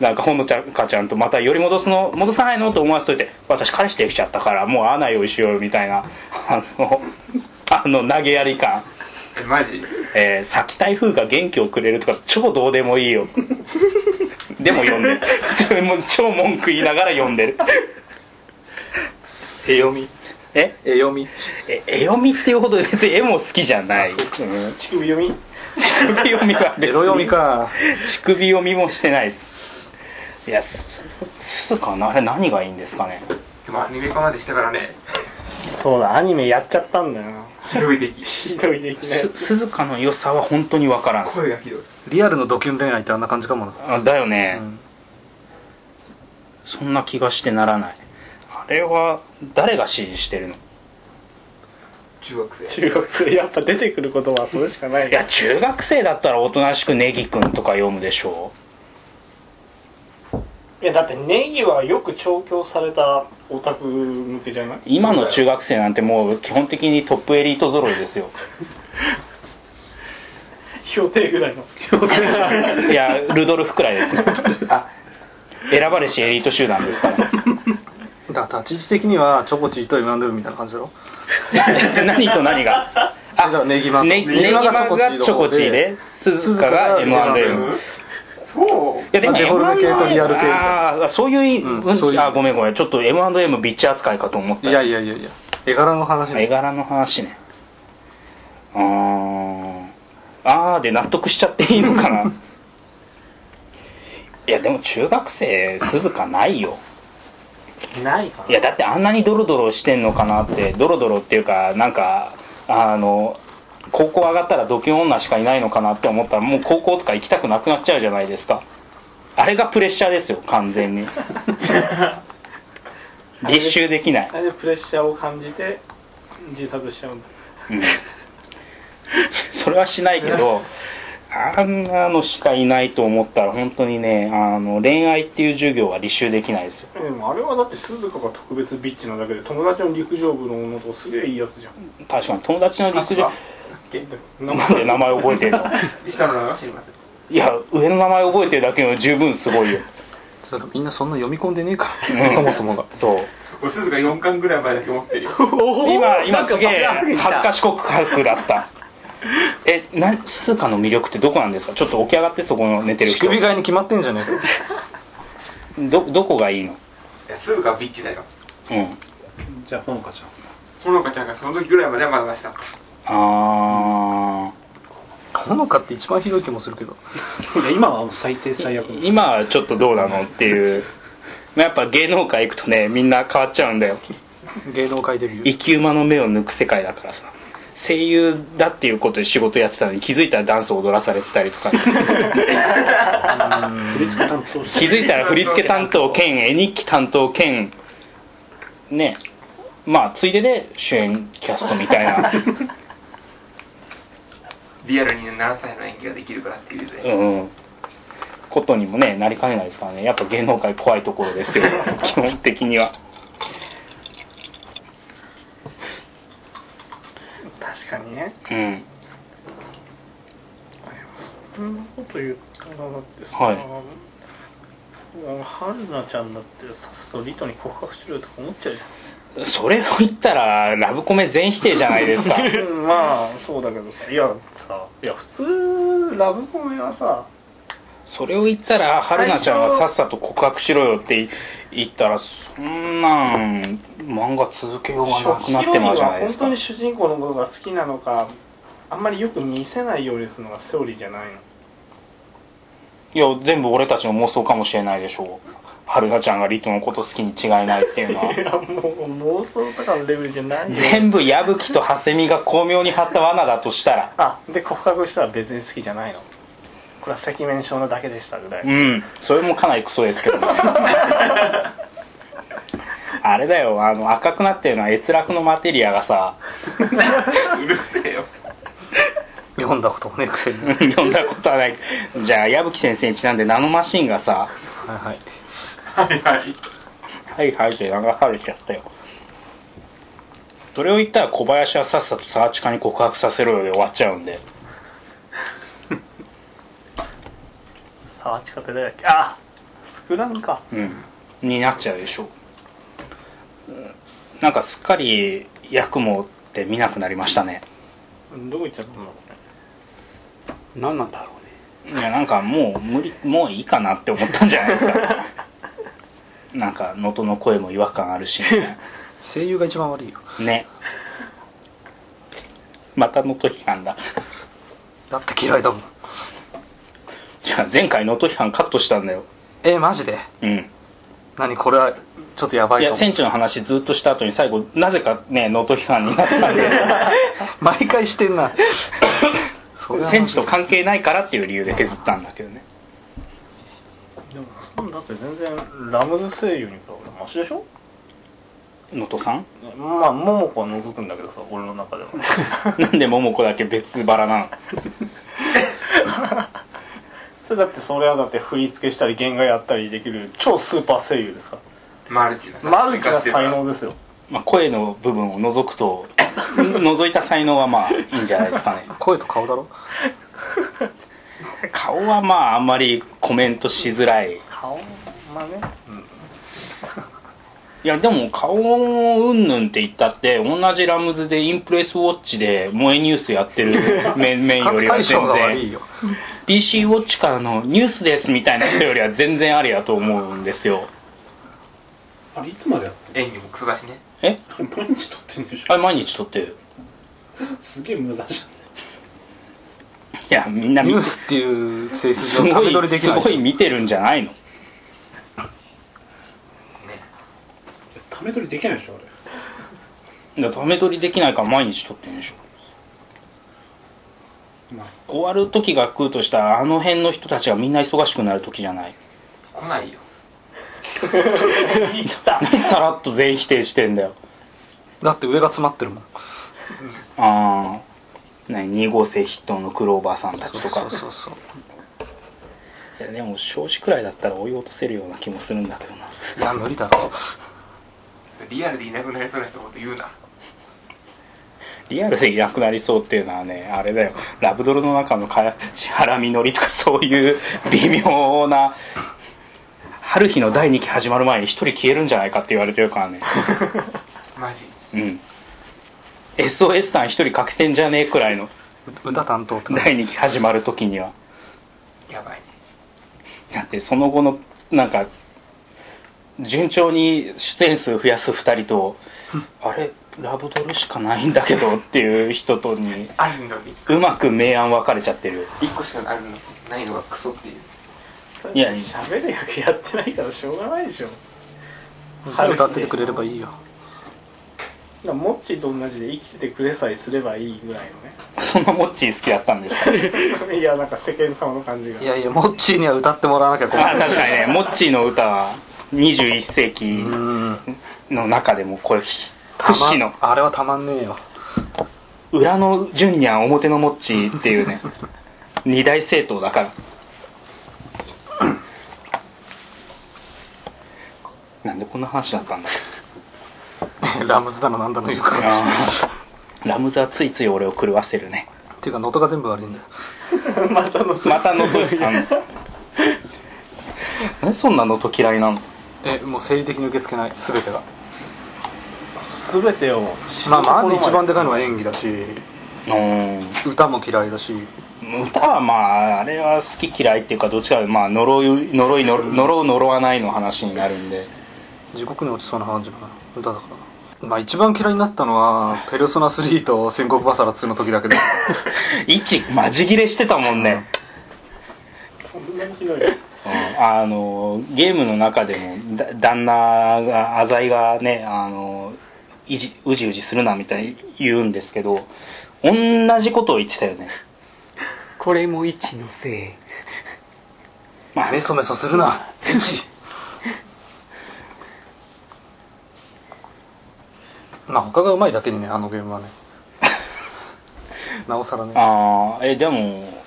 [SPEAKER 2] なんかほのちゃんかちゃんとまたより戻すの、戻さないのと思わせといて、私彼氏できちゃったからもう会わないようにしようよみたいな、あの、あの投げやり感。
[SPEAKER 6] えマジ
[SPEAKER 2] えー、先台風が元気をくれるとか超どうでもいいよでも読んでるそれも超文句言いながら読んでる
[SPEAKER 5] 絵読み
[SPEAKER 2] え
[SPEAKER 5] 絵読み
[SPEAKER 2] え絵読みっていうほど別に絵も好きじゃない、うん
[SPEAKER 3] 乳首読み
[SPEAKER 2] 乳首読みは
[SPEAKER 5] エ
[SPEAKER 2] 別
[SPEAKER 5] ロ読み
[SPEAKER 2] に
[SPEAKER 5] か
[SPEAKER 2] 乳首読みもしてないですいやすすかなあれ何がいいんですかね
[SPEAKER 6] でもアニメ化までしたからね
[SPEAKER 3] そうだアニメやっちゃったんだよな
[SPEAKER 6] ひどい出来。
[SPEAKER 3] ひどいできない
[SPEAKER 2] す鈴鹿の良さは本当にわからん
[SPEAKER 6] 声がひどい。
[SPEAKER 5] リアルのドキュン恋愛ってあんな感じかもな。
[SPEAKER 2] あだよ
[SPEAKER 5] う
[SPEAKER 2] ね、
[SPEAKER 5] ん
[SPEAKER 2] そんな気がしてならないあれは誰が支持してるの
[SPEAKER 6] 中学生。
[SPEAKER 3] 中学生やっぱ出てくる言葉はそれしかない
[SPEAKER 2] いや中学生だったらおとなしくネギくんとか読むでしょ
[SPEAKER 3] いやだってネギはよく調教されたオタク向けじゃないう [LAUGHS]
[SPEAKER 2] 今の中学生なんてもう基本的にトップエリート揃いですよ
[SPEAKER 3] 評定ぐらいの
[SPEAKER 2] いやルドルフくらいですね選ばれしエリート集団ですから
[SPEAKER 5] だから立ち位置的にはチョコチーとエマンドゥみたいな感じだろ
[SPEAKER 2] [LAUGHS] 何と何が
[SPEAKER 5] あだからネギマン
[SPEAKER 2] ネネギマがチョコチーで鈴鹿が M&M
[SPEAKER 6] そう
[SPEAKER 2] いやでも
[SPEAKER 5] まあデフォルメ系と
[SPEAKER 2] M&M
[SPEAKER 5] リアル系みたい
[SPEAKER 2] ああそういう,、
[SPEAKER 5] うんそういう
[SPEAKER 2] あごめんごめんちょっと M&M ビッチ扱いかと思っ
[SPEAKER 5] い
[SPEAKER 2] た
[SPEAKER 5] やいやいやいや絵柄の話
[SPEAKER 2] 絵柄の話ねあーあーで納得しちゃっていいのか
[SPEAKER 5] [LAUGHS]
[SPEAKER 2] ないやでも中学生鈴鹿ないよ
[SPEAKER 3] ないか
[SPEAKER 2] いやだってあんなにドロドロしてんのかなってドロドロっていうかなんかあの高校上がったらドキュン女しかいないのかなって思ったらもう高校とか行きたくなくなっちゃうじゃないですかあれがプレッシャーですよ完全に立証できない
[SPEAKER 3] あ [LAUGHS] れでプレッシャーを感じて自殺しちゃうんだ
[SPEAKER 2] うんそれはしないけど、あんなのしかいないと思ったら、本当にね、あの、恋愛っていう授業は履修できないですよ。
[SPEAKER 3] でもあれはだって鈴鹿が特別ビッチなだけで友達の陸上部の女とすげえいいやつじゃん
[SPEAKER 2] 確かに、友達の陸上、
[SPEAKER 3] 名 [LAUGHS]
[SPEAKER 2] なんで名前覚えてるの
[SPEAKER 6] 下の名前は知りません。
[SPEAKER 2] いや、上の名前覚えてるだけでも十分すごいよ。
[SPEAKER 5] それみんなそんな読み込んでねえか
[SPEAKER 2] う
[SPEAKER 5] ら
[SPEAKER 2] ん
[SPEAKER 5] そもそもが
[SPEAKER 2] そう。
[SPEAKER 6] お鈴が4巻ぐらい前だけ持ってるよ。
[SPEAKER 2] 今、今すげえ
[SPEAKER 4] な
[SPEAKER 2] 恥
[SPEAKER 4] んか爆発的
[SPEAKER 2] ず
[SPEAKER 4] だ
[SPEAKER 2] かし告白だった。え、な、鈴鹿の魅力ってどこなんですかちょっと起き上がってそこの寝てる
[SPEAKER 5] 乳
[SPEAKER 2] 人。
[SPEAKER 5] 首替えに決まってんじゃねえか
[SPEAKER 2] ど、どこがいいの
[SPEAKER 6] いや、鈴がビッチだよ。
[SPEAKER 2] うん。
[SPEAKER 7] じゃあ、ほのかちゃん。
[SPEAKER 6] ほのかちゃんがその時ぐらいまではまだました。
[SPEAKER 2] あー。
[SPEAKER 5] ほのかって一番ひどい気もするけど
[SPEAKER 7] いや今はもう最低最悪の。
[SPEAKER 2] 今はちょっとどうなのっていうまあやっぱ芸能界行くとねみんな変わっちゃうんだよ
[SPEAKER 5] 芸能界デビュー
[SPEAKER 2] 生き馬の目を抜く世界だからさ声優だっていうことで仕事やってたのに気づいたらダンスを踊らされてたりとか
[SPEAKER 7] 振り付け担当し
[SPEAKER 2] 気づいたら振り付け担当兼絵日記担当兼ねまあついでで主演キャストみたいな
[SPEAKER 6] リアルに7歳の演技ができるからっていうね。
[SPEAKER 2] うんことにもねなりかねないですからねやっぱ芸能界怖いところですよ基本的には
[SPEAKER 3] 確かにね
[SPEAKER 2] うん
[SPEAKER 3] そんなこと言ったらだってさ、
[SPEAKER 2] はい
[SPEAKER 3] はるなちゃんだってさっさとリトに告白しろよとか思っちゃうじ
[SPEAKER 2] それを言ったらラブコメ全否定じゃないですか
[SPEAKER 3] ゃん、 [LAUGHS] うんまあそうだけどさいやさいや普通ラブコメはさ
[SPEAKER 2] それを言ったら春菜ちゃんはさっさと告白しろよって言ったらそんなん漫画続けようがなくなってまうじゃないです
[SPEAKER 3] 初期ヒロインは本当
[SPEAKER 2] か
[SPEAKER 3] に主人公のことが好きなのかあんまりよく見せないようにするのがセオリーじゃないの
[SPEAKER 2] いや全部俺たちの妄想かもしれないでしょう春菜ちゃんがリトのこと好きに違いないっていうの
[SPEAKER 3] い [LAUGHS]
[SPEAKER 2] は
[SPEAKER 3] やもう妄想とかのレベルじゃないよ
[SPEAKER 2] 全部矢吹と蓮見が巧妙に張った罠だとしたら
[SPEAKER 3] あで告白したら別に好きじゃないのこれは赤面症なだけでしたぐらい、
[SPEAKER 2] うんそれもかなりクソですけ
[SPEAKER 3] [LAUGHS]
[SPEAKER 2] どねあれだよあの赤くなってるのは閲楽のマテリアがさ
[SPEAKER 6] うるせえよ。
[SPEAKER 5] 読んだこともねえくせにはい
[SPEAKER 2] [LAUGHS] 読んだことはない。じゃあ、矢吹先生にちなんでナノマシンがさ、
[SPEAKER 5] はい
[SPEAKER 6] はいはい。
[SPEAKER 2] はいはいって流されちゃったよ。それを言ったら小林はさっさとサーチカに告白させろよで終わっちゃうんで。
[SPEAKER 3] サーチカって誰だっけあスクランか
[SPEAKER 2] うん。になっちゃうでしょう。うんなんかすっかり、ヤクモって見なくなりましたね。
[SPEAKER 3] どこ行っちゃったんだろうね
[SPEAKER 4] 何なんだろう
[SPEAKER 2] い
[SPEAKER 4] ね
[SPEAKER 2] や、なんかもう無理、もういいかなって思ったんじゃないです [LAUGHS] か。なんか、能登の声も違和感あるし、
[SPEAKER 5] 声優が一番悪いよ
[SPEAKER 2] ね。また能登批判だ。
[SPEAKER 5] だって嫌いだもん
[SPEAKER 2] じゃあ前回の音批判カットしたんだよ。
[SPEAKER 5] えマジで
[SPEAKER 2] うん。
[SPEAKER 5] 何これはちょっとやば
[SPEAKER 2] い
[SPEAKER 5] いか
[SPEAKER 2] や、
[SPEAKER 5] も
[SPEAKER 2] 戦地の話ずっとした後に最後、なぜかね、ノート批判になったんで、
[SPEAKER 5] [LAUGHS] 毎回して
[SPEAKER 2] [LAUGHS]
[SPEAKER 5] んなそれは
[SPEAKER 2] 戦地と関係ないからっていう理由で削ったんだけどね。
[SPEAKER 3] でもそんだって全然ラムズ声優に比べたらマシでしょ
[SPEAKER 2] 能登さん
[SPEAKER 3] ねまあ桃子は除くんだけどさ俺の中では
[SPEAKER 2] [LAUGHS] なんで桃子だけ別腹なの
[SPEAKER 3] それだってそれはだって振り付けしたり原画やったりできる超スーパー声優ですか
[SPEAKER 6] マルチな
[SPEAKER 3] らマルチな才能ですよ
[SPEAKER 2] まあ、声の部分を除く
[SPEAKER 5] [LAUGHS]
[SPEAKER 2] と、除いた才能はまあ、いいんじゃないですかね。
[SPEAKER 5] 声と顔だろ
[SPEAKER 2] 顔はまあ、あんまりコメントしづらい。い
[SPEAKER 3] 顔まあね
[SPEAKER 2] や、でも、顔うんぬんって言ったって、同じラムズでインプレスウォッチで萌えニュースやって
[SPEAKER 5] [LAUGHS]
[SPEAKER 2] る面々よりは
[SPEAKER 5] 大将
[SPEAKER 2] 全
[SPEAKER 5] が悪い
[SPEAKER 2] 然、
[SPEAKER 5] よ
[SPEAKER 2] DC ウォッチからのニュースですみたいな人よりは全然ありやと思うんですよ。
[SPEAKER 7] あれいつまでやって
[SPEAKER 6] 演技もクソだしね
[SPEAKER 2] え
[SPEAKER 7] る毎日撮ってんでし
[SPEAKER 2] あ
[SPEAKER 7] ょ
[SPEAKER 2] れ毎日撮ってる
[SPEAKER 7] すげえ無駄じ
[SPEAKER 2] いや、みんな
[SPEAKER 5] ニ
[SPEAKER 2] 見
[SPEAKER 5] ュースっていう性質
[SPEAKER 2] す
[SPEAKER 5] 上た
[SPEAKER 2] ご
[SPEAKER 5] め撮りで
[SPEAKER 2] い、
[SPEAKER 5] き
[SPEAKER 2] す
[SPEAKER 5] ない
[SPEAKER 2] ごい見てるんじゃないの
[SPEAKER 7] ゃんため撮りできないでしょあれ
[SPEAKER 2] いや、ため撮りできないから毎日撮ってるんでしょ。
[SPEAKER 7] まあ
[SPEAKER 2] 終わる時が来るとしたらあの辺の人たちがみんな忙しくなる時じゃない
[SPEAKER 6] 来ないよ
[SPEAKER 2] 何さらっと全否定してんだよ
[SPEAKER 5] だって上が詰まってるもん
[SPEAKER 2] ああ2号生筆頭のクローバーさんたちとか
[SPEAKER 5] そうそう
[SPEAKER 2] いやでも少子くらいだったら追い落とせるような気もするんだけどない
[SPEAKER 5] や無理だろ
[SPEAKER 6] それリアルでいなくなりそうな人のこと言うな
[SPEAKER 2] リアルでいなくなりそうっていうのはねあれだよラブドルの中のか千原みのりとかそういう微妙な春日の第2期始まる前に1人消えるんじゃないかって言われてるからね
[SPEAKER 6] マジ
[SPEAKER 2] うん。SOS さん一人欠けてんじゃねえくらいの、
[SPEAKER 5] う歌担当ってな
[SPEAKER 2] 第2期始まる時には。
[SPEAKER 6] やばいね
[SPEAKER 2] だってその後の、なんか、順調に出演数増やす二人と、あれ、ラブドルしかないんだけどっていう人とに、
[SPEAKER 6] あるのに
[SPEAKER 2] うまく明暗分かれちゃってる。
[SPEAKER 6] 一個しかあるのないのがクソっていう
[SPEAKER 2] いや
[SPEAKER 3] 喋る役やってないからしょうがないでしょだ
[SPEAKER 5] 歌っててくれればいいよ
[SPEAKER 3] からモッチーと同じで生きててくれさえすればいいぐらいの
[SPEAKER 2] そんなモッチー好きだったんですか
[SPEAKER 5] [LAUGHS]
[SPEAKER 3] ねいやなんか世間様の感じが
[SPEAKER 5] いやいやモッチーには歌ってもらわなきゃ困
[SPEAKER 2] あ
[SPEAKER 5] る
[SPEAKER 2] 確かにね、 [LAUGHS] モッチーの歌は21世紀
[SPEAKER 5] うん
[SPEAKER 2] の中でもこれ、屈指の。
[SPEAKER 5] あれはたまんねえよ [LAUGHS]
[SPEAKER 2] 裏のジュニア表のモッチーっていう [LAUGHS] ね二大政党だからなんでこんな話だったんだ
[SPEAKER 5] ラムズだのなんだの言うから
[SPEAKER 2] あー [LAUGHS] ラムズはついつい俺を狂わせるね
[SPEAKER 5] っていうか元が全部悪いんだよ
[SPEAKER 3] またの
[SPEAKER 2] またのとあ [LAUGHS] の何そんなのと嫌いなの
[SPEAKER 5] えもう生理的に受け付けない全てが
[SPEAKER 3] 全てを
[SPEAKER 5] まあまず一番でかいのは演技だし
[SPEAKER 2] う
[SPEAKER 5] 歌も嫌いだし
[SPEAKER 2] ん歌はまああれは好き嫌いっていうかどっちかまあ呪い呪い呪い呪う呪わないの話になるんで
[SPEAKER 5] 地獄に落ちそうな話だな歌だからまあ一番嫌いになったのは「ペルソナ3」と「戦国バサラ2」の時だけど
[SPEAKER 2] 一マジ切れしてたもんね
[SPEAKER 3] そんなにひどい
[SPEAKER 2] あのゲームの中でもだ旦那が浅井がねあのいじうじうじするなみたいに言うんですけど同じことを言ってたよね、
[SPEAKER 4] これも一のせ
[SPEAKER 2] まあ、
[SPEAKER 5] メソメソするな戦士 [LAUGHS] まあ他がうまいだけにねあのゲームはねなおさらね
[SPEAKER 2] あーえでも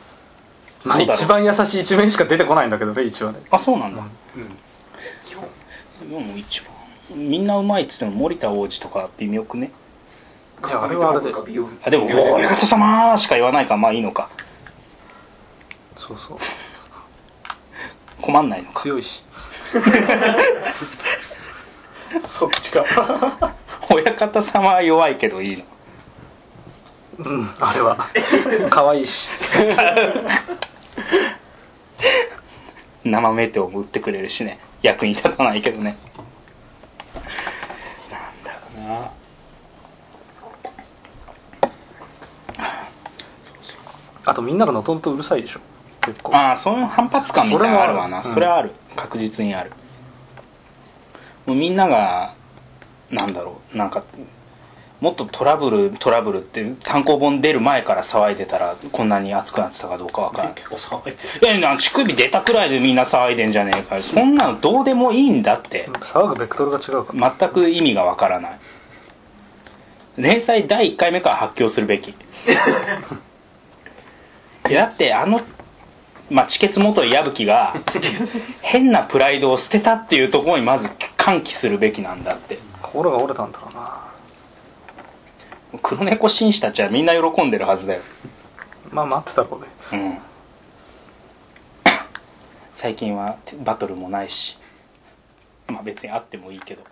[SPEAKER 5] まあ一番優しい一面しか出てこないんだけどね一応ね
[SPEAKER 2] あそうなんだ、
[SPEAKER 6] うん基本
[SPEAKER 2] でも一番みんなうまいっつっても森田王子とか微妙くね
[SPEAKER 5] いやあれはあれで
[SPEAKER 6] か美容
[SPEAKER 2] あでも
[SPEAKER 6] 美容
[SPEAKER 2] 「お親方様!」しか言わないからまあいいのか
[SPEAKER 5] そうそう
[SPEAKER 2] 困んないのか
[SPEAKER 5] 強いし
[SPEAKER 3] そっちか
[SPEAKER 2] 親方様は弱いけどいいの
[SPEAKER 5] うんあれ [LAUGHS] は可愛いし
[SPEAKER 2] 生メテオも売ってくれるしね役に立たないけどねなんだかな
[SPEAKER 5] あとみんながのとんとうるさいでしょ結構
[SPEAKER 2] ああその反発感みたいなのあるわなそ
[SPEAKER 5] そ
[SPEAKER 2] れ
[SPEAKER 5] れもある
[SPEAKER 2] はある確実にあるもうみんなが、なんだろう、なんか、もっとトラブル、トラブルって単行本出る前から騒いでたら、こんなに熱くなってたかどうかわからんけど
[SPEAKER 7] 結構騒いでる
[SPEAKER 2] いやいや、乳首出たくらいでみんな騒いでんじゃねえかよ。そんなのどうでもいいんだって。
[SPEAKER 5] 騒ぐベクトルが違うから。
[SPEAKER 2] 全く意味がわからない。連載第1回目から発狂するべき。いやだってあの、まあ、知血元矢吹が、変なプライドを捨てたっていうところにまず歓喜するべきなんだって。
[SPEAKER 5] 心が折れたんだろうな。
[SPEAKER 2] 黒猫紳士たちはみんな喜んでるはずだよ。
[SPEAKER 5] まあ待ってたろうね。
[SPEAKER 2] うん。最近はバトルもないし。まあ別にあってもいいけど。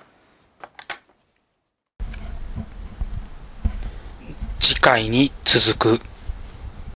[SPEAKER 1] 次回に続く。